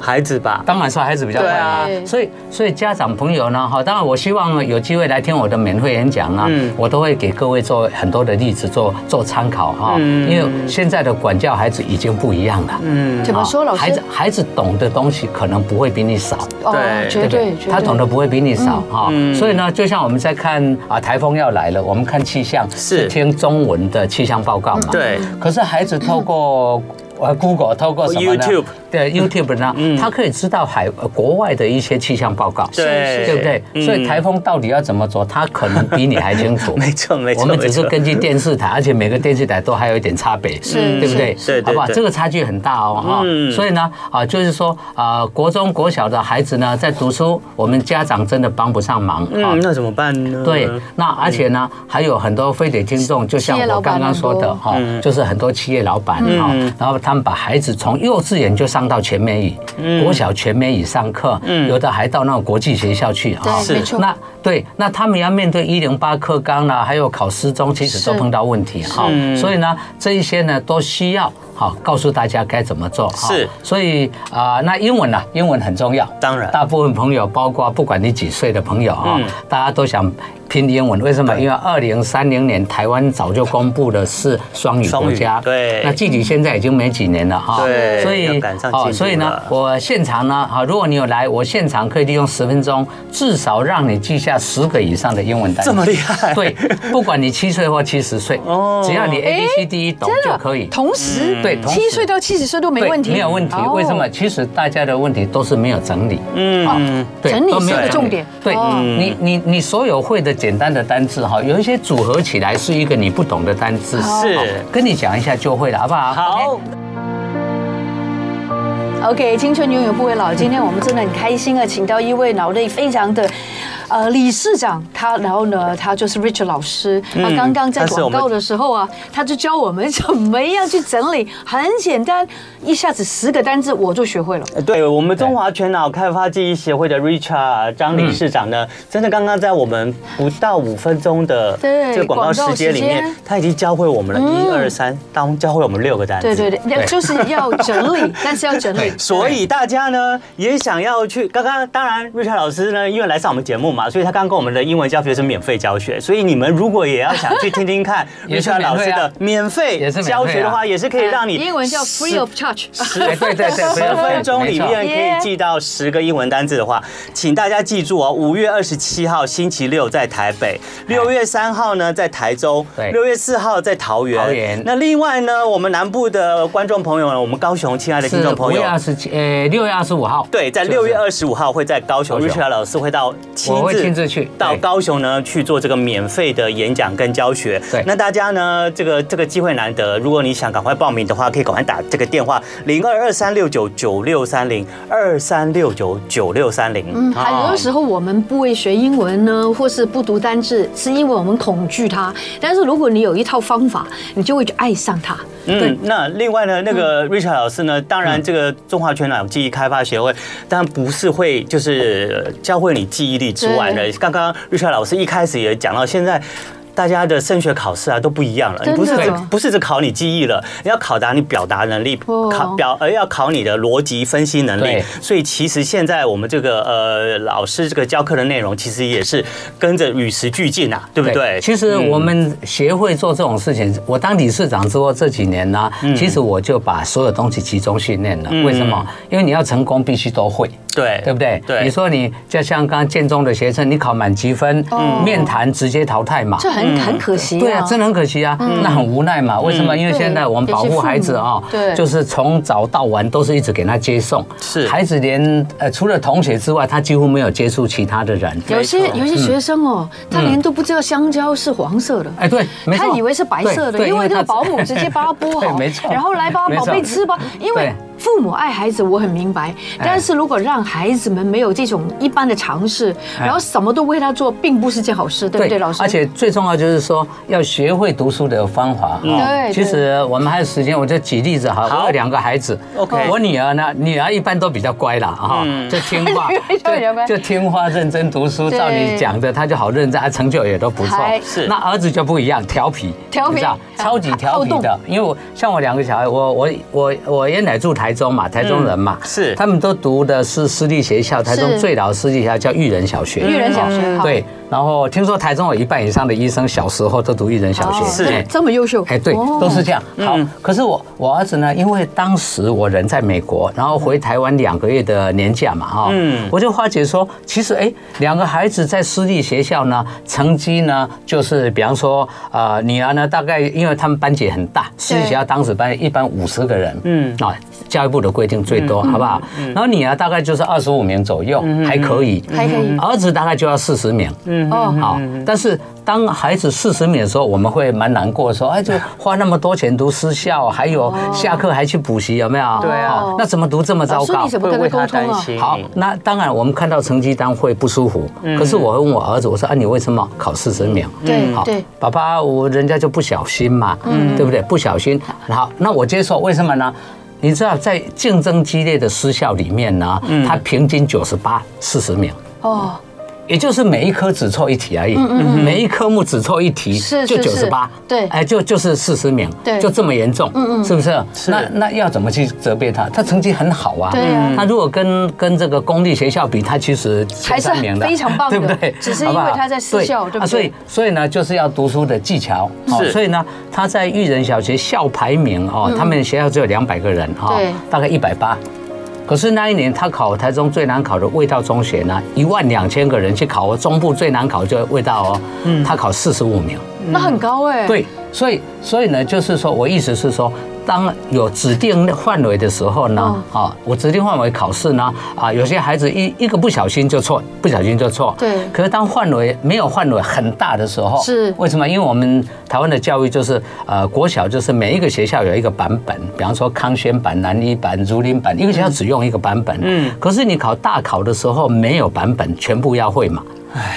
孩子吧，当然是孩子比较快啊对啊。所以，所以家长朋友呢，哈，当然我希望有机会来听我的免费演讲啊嗯，我都会给各位做很多的例子做做参考哈。因为现在的管教孩子已经不一样了。嗯，怎么说，啊老师孩子孩子懂的东西可能不会比你少。哦，对绝对对不，他懂得不会比你少哈、嗯所以呢，就像我们在看啊，台风要来了，我们看气象是听中文的气象报告嘛，。对，可是孩子透过呃 Google，透过什么呢哦 YouTube 嗯对 YouTube 呢，他可以知道海呃国外的一些气象报告，对对不对？嗯所以台风到底要怎么走，他可能比你还清楚。 没错没错，我们只是没错根据电视台，而且每个电视台都还有一点差别，是对不对？是是好不好？对对对这个差距很大哦，哈、嗯所以呢，啊，就是说，啊，国中、国小的孩子呢，在读书，我们家长真的帮不上忙啊。嗯，那怎么办呢？对，那而且呢，还有很多非得听众，就像企业老我板刚刚说的很哈，嗯就是很多企业老板哈，然后他们把孩子从幼稚园就上到全美语，嗯国小全美语上课，有的还到那种国际学校去哈。对，没错，那对，那他们要面对一零八课纲啦、还有考失踪，其实都是碰到问题哈、所以呢，这一些呢都需要好、告诉大家该怎么做哈是所以啊、那英文呢、英文很重要。当然嗯大部分朋友，包括不管你几岁的朋友啊、大家都想拼英文，为什么？对因为二零三零年台湾早就公布的是双语双语国家，对那距离现在已经没几年了哈，对所以哦要赶上进度所以呢了，我现场呢，啊，如果你有来，我现场可以利用十分钟，至少让你记下十个以上的英文单词。这么厉害对，不管你七岁或七十岁，哦只要你 A B C D E 懂真就的可以。同时对同时七岁到七十岁都没对问题，没有问题。哦为什么？？其实大家的问题都是没有整理，啊嗯，对，整理都没有是个重点对哦你，你你所有会的简单的单字哈，有一些组合起来是一个你不懂的单字，是好跟你讲一下就会了，好不好？好 OK， OK，青春永远不会老。今天我们真的很开心啊，请到一位脑力非常的，呃，理事长，他然后呢，他就是 Richard 老师，他嗯刚刚在他是我广们告的时候啊，他就教我们怎么样去整理，很简单，一下子十个单字我就学会了。对我们中华全脑开发记忆协会的 Richard 张理事长呢，真的刚刚在我们不到五分钟的对这个广告时间里广告时面间，他已经教会我们了一二三，当教会我们六个单词。对 对对，那对就是要整理，但是要整理。所以大家呢也想要去，刚刚当然瑞凯老师呢，因为来上我们节目嘛，所以他刚刚跟我们的英文教学是免费教学，所以你们如果也要想去听听看瑞也是凯老师免费啊的免费也是免费啊教学的话，也是可以让你哎英文叫 free of charge。 十啊哎 对对对十没有分钟里面没可以错记到十个英文单字的话，请大家记住哦。五月二十七号星期六在台北，六月三号呢在台中对，六月四号在桃园。桃园那另外呢，我们南部的观众朋友呢，我们高雄亲爱的听众是朋五友月。二十七，呃，六月二十五号，对，在就是六月二十五号会在高雄高雄，Richard 老师会到亲我会自亲自去到对高雄呢去做这个免费的演讲跟教学。对那大家呢，这个这个机会难得，如果你想赶快报名的话，可以赶快打这个电话零二二三六九九六三零二三六九九六三零。嗯，很多时候我们不会学英文呢，或是不读单字，是因为我们恐惧它。但是如果你有一套方法，你就会去爱上它。嗯，那另外呢，那个 Richard 老师呢，当然这个中华全脑记忆开发协会，当然不是会就是呃教会你记忆力之外呢对，刚刚 Richard 老师一开始也讲到，现在。大家的升学考试啊都不一样了，真的不是只对不是只考你记忆了，你要考察你表达能力，哦考表呃要考你的逻辑分析能力对。所以其实现在我们这个呃老师这个教课的内容，其实也是跟着与时俱进啊，对不对？其实嗯我们协会做这种事情，我当理事长之后这几年呢、嗯其实我就把所有东西集中训练了。为什么？因为你要成功，必须都会。对对不对？对你说你就像刚刚建中的学生，你考满积分，哦面谈直接淘汰嘛。这很很可惜、啊。嗯嗯对啊，真的很可惜啊，那很无奈嗯嘛。为什么？因为对现在我们保护孩子啊尤其父母，对就是从早到晚都是一直给他接送，是孩子连呃除了同学之外，他几乎没有接触其他的嗯人。有些没错有些学生哦，他连都不知道香蕉是黄色的，嗯哎，对，没错他以为是白色的，对对因为那个他保姆 直接帮他剥对好，没 错然后来吧，没宝错贝吃吧。因为对哎父母爱孩子，我很明白，但是如果让孩子们没有这种一般的尝试，然后什么都为他做，并不是件好事，对不对，老师？哎而且最重要就是说，要学会读书的方法。嗯嗯对对其实我们还有时间，我就举例子哈。好我有两个孩子 OK 我女儿呢，女儿一般都比较乖啦，哈，嗯就听 话女儿就比较乖，就听话，认真读书。对照你讲的，她就好认真，啊，成就也都不错还。是那儿子就不一样，调皮，调皮你知道超级调皮好的。因为我像我两个小孩，我我我我爷奶住台中嘛，台中人嘛，嗯是他们都读的是私立学校，台是中最老的私立学校叫育人小学。嗯育人小学好，对，然后听说台中有一半以上的医生小时候都读育人小学，哦是这么这么优秀，哎，对，哦都是这样。好，可是我我儿子呢，因为当时我人在美国，然后回台湾两个月的年假嘛，哈，嗯我就发觉说，其实哎，两个孩子在私立学校呢，成绩呢，就是比方说，呃，女儿呢，大概因为他们班级很大，私立学校当时班一般五十个人，嗯，啊，教育部的规定最多，好不好？然后女儿大概就是二十五名左右，还可以，嗯还可以儿子大概就要四十名，嗯。哦，好，但是当孩子四十米的时候，我们会蛮难过，说，哎，就花那么多钱读私校，还有下课还去补习，有没有？哦对啊好那怎么读这么糟老师糕你？怎么会跟为他他沟通担啊？心。好，那当然，我们看到成绩单会不舒服。可是我会问我儿子，我说啊，你为什么考四十秒？嗯对嗯好对，嗯爸爸，我人家就不小心嘛，对不对？不小心，好，那我接受，为什么呢？你知道，在竞嗯争激烈的私校里面呢，他平均九十八四十秒。哦，也就是每一科只凑一题而已，每一科目只凑一题，嗯是就是九十是八，对哎，就就是四十名，对嗯就这么严重，是不是？是那那要怎么去责备他？他成绩很好啊，对啊他如果跟跟这个公立学校比，他其实前三名的还是非常棒的对不对？只是因为好不好他在私校对不对啊所以所以呢，就是要读书的技巧，哦是所以呢，他在育人小学校排名嗯哦，他们学校只有两百个人哦哈对，大概一百八。可是那一年他考台中最难考的味道中学呢，一万两千个人去考，哦中部最难考就味道哦，他考四十五名。那很高哎。嗯对，所以所以呢，就是说我意思是说，当有指定范围的时候呢，啊，我指定范围考试呢，啊，有些孩子一一个不小心就错，不小心就错。对可是当范围没有范围很大的时候，是为什么？因为我们台湾的教育就是，呃，国小就是每一个学校有一个版本，比方说康轩版、南一版、竹林版，一个学校只用一个版本。嗯。可是你考大考的时候没有版本，全部要会嘛。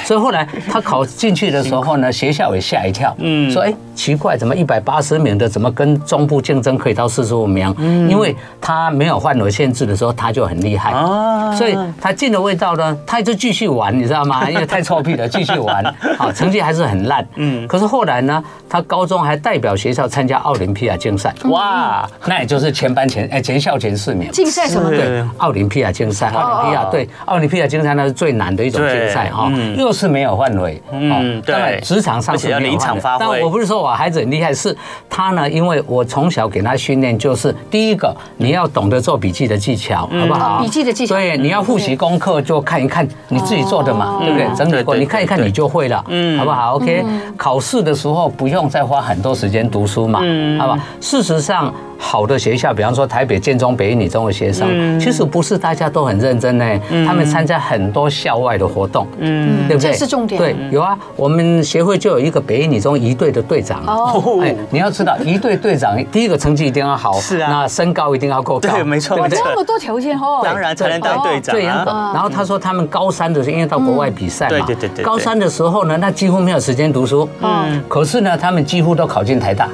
所以后来他考进去的时候呢，学校也吓一跳，嗯，说哎、奇怪，怎么一百八十名的怎么跟中部竞争可以到四十五名？因为他没有范围限制的时候，他就很厉害，啊所以他进了味道呢，他就继续玩，你知道吗？因为太臭屁了，继续玩，好，成绩还是很烂，嗯，可是后来呢，他高中还代表学校参加奥林匹亚竞赛，哇，那也就是全班前哎全校前四名，竞赛什么的，是对，奥林匹亚竞赛，哦奥林匹亚对，奥林匹亚竞赛那是最难的一种竞赛哈对，嗯又是没有范围，嗯哦当然对职场上而是且要没有临场范围发挥但我不是说我孩子很厉害，是他呢，因为我从小给他训练，就是第一个你要懂得做笔记的技巧，嗯好不好？哦笔记的技巧啊对，你要复习功课就看一看你自己做的嘛，嗯对不对？整理过，哦对对你看一看对嗯你就会了，好不好？OK，考试的时候不用再花很多时间读书嘛，嗯好吧？事实上，好的学校，比方说台北建中、北一女中的学嗯生，其实不是大家都很认真呢，他们参加很多校外的活动，嗯，对不对？这是重点对，有啊，我们协会就有一个北一女中一队的队长啊哦哎，你要知道，一队队长第一个成绩一定要好，是啊那身高一定要够高，对没错哇，没不对错？这么多条件哦。当然才能当队长最严格啊，。然后他说他们高三的时候，因为到国外比赛嘛，嗯对对对对对高三的时候呢，那几乎没有时间读书。嗯，可是呢，他们几乎都考进台大。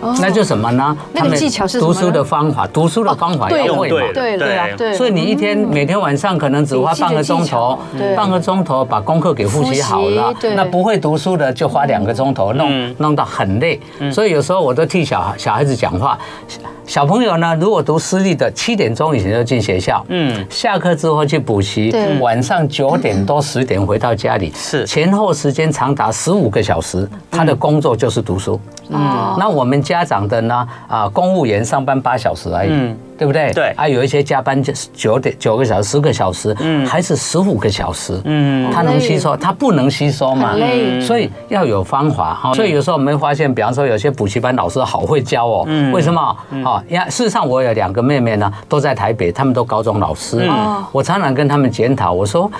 哦那就什么呢？那个他们技巧是什么读呢书的方法，读书的方法对要用会嘛对对。了了啊，对嗯所以你一天每天晚上可能只花半个笔记的钟头技巧对，半个钟头把功课给复习好了复习对。那不会读书的就花两个钟头弄弄到很累。所以有时候我都替小孩小孩子讲话，小小朋友呢，如果读私立的，七点钟以前就进学校，嗯，下课之后去补习对，晚上九点多十点回到家里，是前后时间长达十五个小时，他的工作就是读书。哦嗯那我们家长的呢？啊，公务员上班八小时而已，对不对？对啊，有一些加班就九点九个小时、十个小时，还是十五个小时，嗯，他能吸收，他不能吸收嘛很，累嗯所以要有方法哈。所以有时候我们会发现，比方说有些补习班老师好会教哦，嗯为什么？啊，呀，事实上我有两个妹妹呢，都在台北，她们都高中老师哦，我常常跟她们检讨，我说。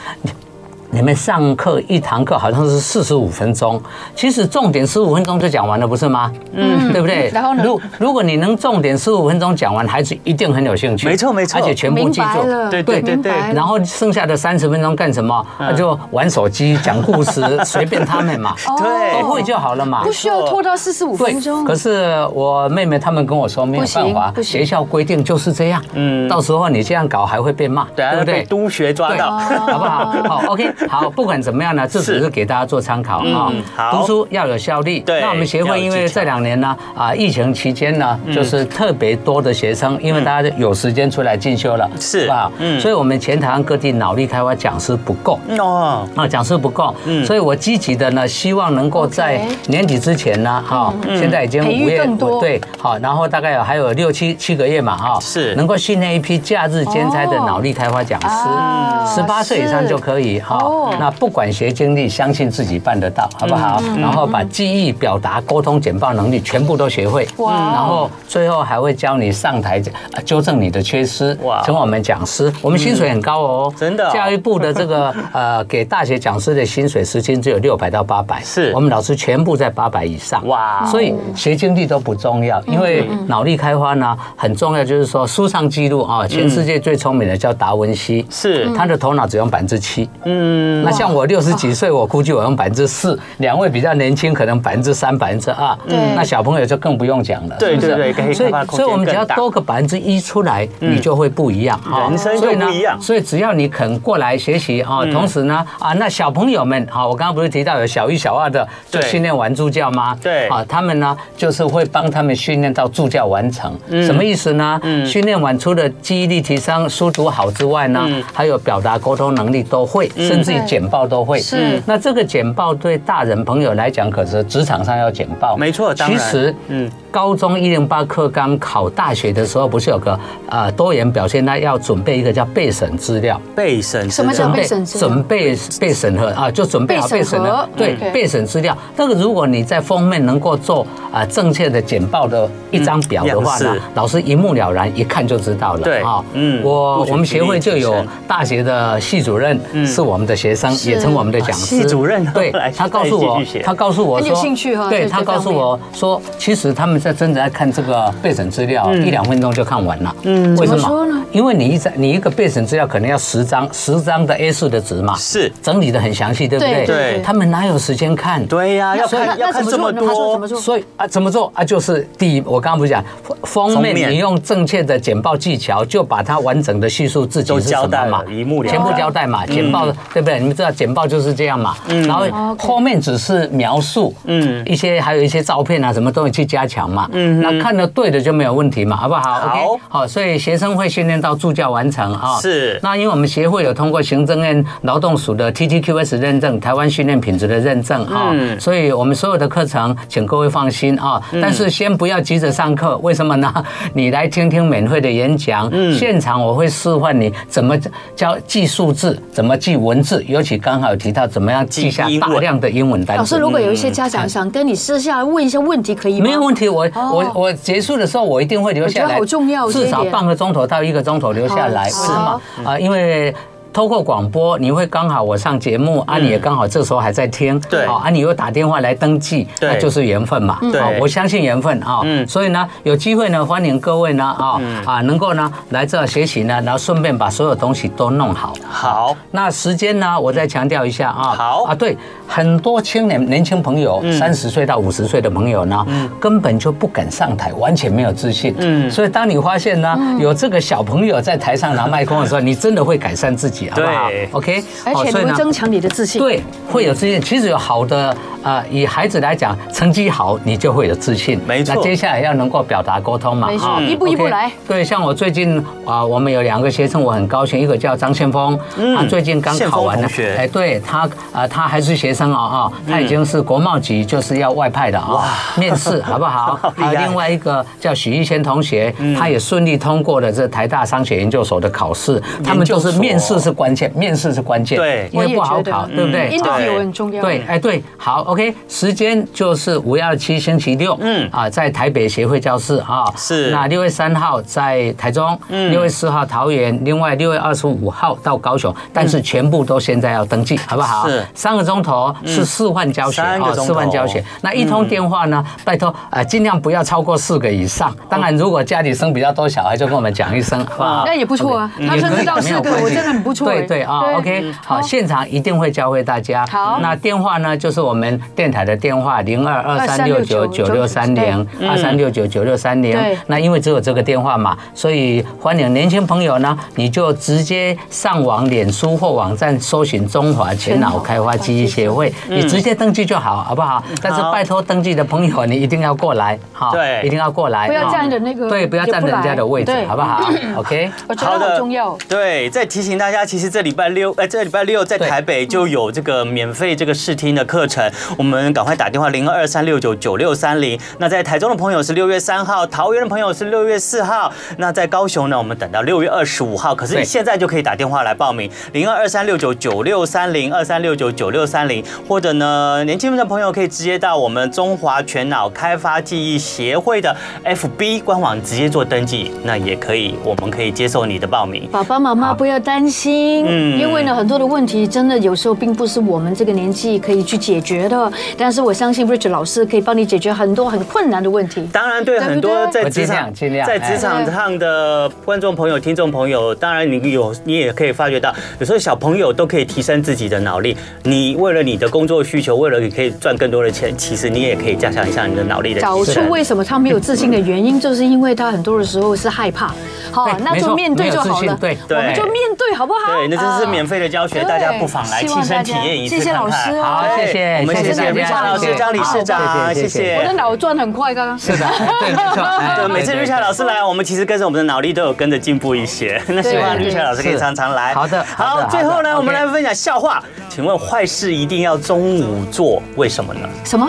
你们上课一堂课好像是四十五分钟，其实重点十五分钟就讲完了，不是吗？嗯，对不对？然后呢如如果你能重点十五分钟讲完，孩子一定很有兴趣。没错没错而且全部明记白住。了，哦对对对明白对了然后剩下的三十分钟干什么？嗯那就玩手机、讲 故事，随便他们嘛，对都会就好了嘛哦不。需要拖到四十五对分钟。，可是我妹妹他们跟我说没有不行办法，不行学校规定就是这样。嗯，到时候你这样搞还会被骂，对对啊，不对被？督学抓对，到，好不好？好，OK，好， 不管怎么样呢，这只是是给大家做参考嗯啊好。读书要有效率。对那我们协要会有因技为巧嗯这两年呢，啊，疫情期间呢，就是特别多的学生，因为大家有时间出来进修了，是好不好？嗯所以我们全台湾各地脑力开发讲师不够。哦，啊，讲师不够，嗯所以我积极的呢，希望能够在 OK 年底之前呢，哈，嗯现在已经培育五月更多五对，好，然后大概有还有六七七个月嘛，哈，是能够训练一批假日兼差的哦脑力开发讲啊嗯师，十八岁以上就可以哈哦。那不管学经历，相信自己办得到，好不好？嗯然后把记忆、表达、沟通、简报能力全部都学会，哇嗯然后最后还会教你上台呃纠正你的缺失哇，成为我们讲师，我们薪水很高哦，真的哦教育部的 这个呃，给大学讲师的薪水时薪只有六百到八百，是我们老师全部在八百以上。哇所以学经历都不重要，嗯因为脑力开发呢很重要，就是说书上记录啊，全世界最聪明的叫达文西，嗯是嗯他的头脑只用百分之七，那像我六十几岁，我估计我用百分之四，两位比较年轻，可能百分之三、百分之二对。那小朋友就更不用讲了，对是不是对对可以所以开发的，空间所以我们只要更大嗯多个百分之一出来，你就会不一样啊人生就所以呢不一样嗯所以只要你肯过来学习啊，同时呢啊，那小朋友们啊，我刚刚不是提到有小一、小二的就对训练完助教吗？对啊，他们呢就是会帮他们训练到助教完成。嗯什么意思呢？训练完除了记忆力提升、书读好之外呢，嗯还有表达沟通能力都会，甚至于对简报都会。是嗯那这个简报对大人朋友来讲，可是职场上要简报。没错当然其实嗯嗯，高中一零八课纲考大学的时候，不是有个呃多元表现，那要准备一个叫备审资料。备审什么资料叫准备备审资料准备备审核啊，就准备好备备审审核嗯核，对 OK 备审资料。那个如果你在封面能够做啊正确的简报的一张表的话嗯样呢式，老师一目了然，一看就知道了。对啊嗯我录取我们比例协会就有提升大学的系主任是我们的学生，是也成我们的讲师。嗯系主任对后 来，是他告诉在我戏剧系，他告诉我很说，有兴趣哈对对他这告诉方面我说，其实他们在真的在看这个备审资料，嗯一两分钟就看完了。嗯，为什怎么说呢么？因为你一张你一个备审资料可能要十张十张的 A 4的纸嘛，是整理的很详细，对不对对？对他们哪有时间看？对呀、要那看那要怎看么做这么呢？他说怎么多，做？所以啊，怎么做啊？就是第一，我刚刚不是讲封封面，面你用正确的简报技巧，就把它完整的叙述自己都是什交代么嘛了，一目了然全部交代嘛，简报对不对？你们知道简报就是这样嘛，然后 OK 后面只是描述，嗯，一些还有一些照片啊，什么东西去加强嘛，嗯，那看得对的就没有问题嘛，好不好好？OK，好，所以学生会训练到助教完成啊，是那因为我们协会有通过行政院劳动署的 TTQS 认证，台湾训练品质的认证啊、嗯所以我们所有的课程，请各位放心啊、但是先不要急着上课，为什么呢？ 你来听听免费的演讲，嗯现场我会示范你怎么教记数字，怎么记文字，尤其刚好有提到怎么样记下记英大文量的英文单词。老师，如果有一些嗯家长想跟你私下问一些问题，可以吗？没有问题，我、哦我我结束的时候，我一定会留下我觉来，得好重要这一至点少半个钟头到一个钟头留下好嗯来，为什么好啊？因为透过广播，你会刚好我上节目，啊，你也刚好这时候还在听，对好啊，你又打电话来登记，对那就是缘分嗯嘛，对嗯啊我相信缘分啊，所以呢，有机会呢，欢迎各位呢，啊啊，能够呢来这学习呢，然后顺便把所有东西都弄好。好，那时间呢？我再强调一下啊，好嗯啊，对，很多青年年轻朋友，三十岁到五十岁的朋友呢，根本就不敢上台，完全没有自信。嗯，所以当你发现呢，嗯有这个小朋友在台上拿麦克风的时候，你真的会改善自己，好不好对？OK，而好且所以你会呢增强你的自信。，对，会有自信。其实有好的，呃，以孩子来讲，成绩好，你就会有自信。没错那接下来要能够表达沟通嘛，没错啊一步一步 OK，来对，像我最近啊、我们有两个学生，我很高兴，一个叫张先锋，他最近刚宪嗯考锋完了同学，嗯哎，对他啊、他还是学生啊、啊、他已经是国贸级，就是要外派的啊、面试 好不好？厉害嗯还有另外一个叫许逸轩同学，他也顺利通过了这台大商学研究所的考试，他们都是研究所面试是关键，面试是关键，对因为不好考，嗯对不对？嗯？interview 很重要。对，，哎，对，好，OK，时间就是五幺七星期六，嗯嗯啊，在台北协会教室啊，是那六月三号在台中，嗯，六月四号桃园，另外六月二十五号到高雄，但是全部都现在要登记，好不好？嗯是嗯三个钟头是示范教学三个钟头嗯示范教学。那一通电话呢，拜托啊，尽量不要超过四个以上。嗯当然，如果家里生比较多小孩，就跟我们讲一声，好不好？那也不错啊。 OK，嗯他也甚可至以到没有四个，关系我真的很不错哎。对对啊、o k 好，好现场一定会教会大家。好那电话呢，就是我们电台的电话零二二三六九九六三零二三六九九六三零对。那因为只有这个电话嘛，所以欢迎年轻朋友呢，你就直接上网脸书或网站搜寻中华全脑开发记忆协会，你直接登记就好，好不好？但是拜托登记的朋友，你一定要过来，哈，对一定要过来，不要哈占着那个对，不要占着人家的位置也不来，对好不好？OK。 我觉得好重要。对，再提醒大家，其实这礼拜六，呃，这礼拜六在对台北就有这个免费这个试听的课程，我们赶快打电话零二二三六九九六三零。那在台中的朋友是六月三号，桃园的朋友是六月四号，那在高雄呢，我们等到六月二十五号。可是你对现在就可以打电话来报名零二二三六九九六三零二三六九九六三零，或者呢，年轻人的朋友可以直接到我们中华全脑开发记忆协会的 FB 官网直接做登记，那也可以，我们可以接受你的报名。爸爸妈妈不要担心，心，嗯因为呢，很多的问题真的有时候并不是我们这个年纪可以去解决的。但是我相信 Rich 老师可以帮你解决很多很困难的问题。当然，对对不很多对在职我尽场量尽量在职场上的观众朋友、听众朋友，当然你有你也可以发觉到，有时候小朋友都可以提升自己的脑力。你为了你的工作需求，为了你可以赚更多的钱，其实你也可以加强一下你的脑力的找提出升。为什么他没有自信的原因，就是因为他很多的时候是害怕。好对，那没就错面对就好没有自了信，对我们就面对好不好？啊 对，那这是免费。费的教学，对大家不妨来希亲望身大体家验一次谢谢看看。老师哦好谢谢我们谢谢谢谢瑞夏大家老师、谢谢张理事长，好谢谢谢谢谢我的谢。脑转很快，刚刚。是的，对，没错。哎对，每次对瑞夏老师来，我们其实跟着我们的脑力都有跟着进步一些。那希望对瑞夏老师可以是常常来。好的好的好，好最后呢，的我们 OK 来分享笑话。请问坏事一定要中午做，为什么呢？什么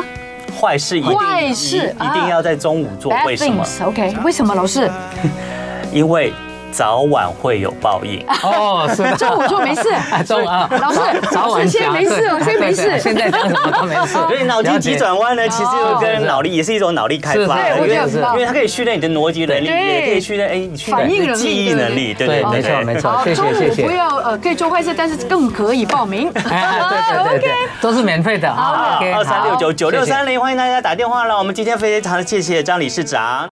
坏事一定坏事一一啊定要在中午做，？Bad 为什么？ things，OK？为什么老 师因为早晚会有报应。哦，是的。中午就没事？啊，中午啊，老师早老晚师先讲没事对我先没对对事现在讲什么都没事。 所以脑筋急转弯呢，其实就跟脑力也是一种脑力开发，是是因是对为我觉得很棒因为它可以训练你的逻辑能力，对也可以训练哎你训反应练能力记忆能力，对对对对对对， 没错没错好，谢谢中谢午谢不要呃可以做坏事，但是更可以报 名。哎哎，对对对 哦 OK 对，都是免费的。啊好，好，OK，啊二三六好九九六谢谢三零，欢迎大家打电话了。我们今天非常谢谢张理事长。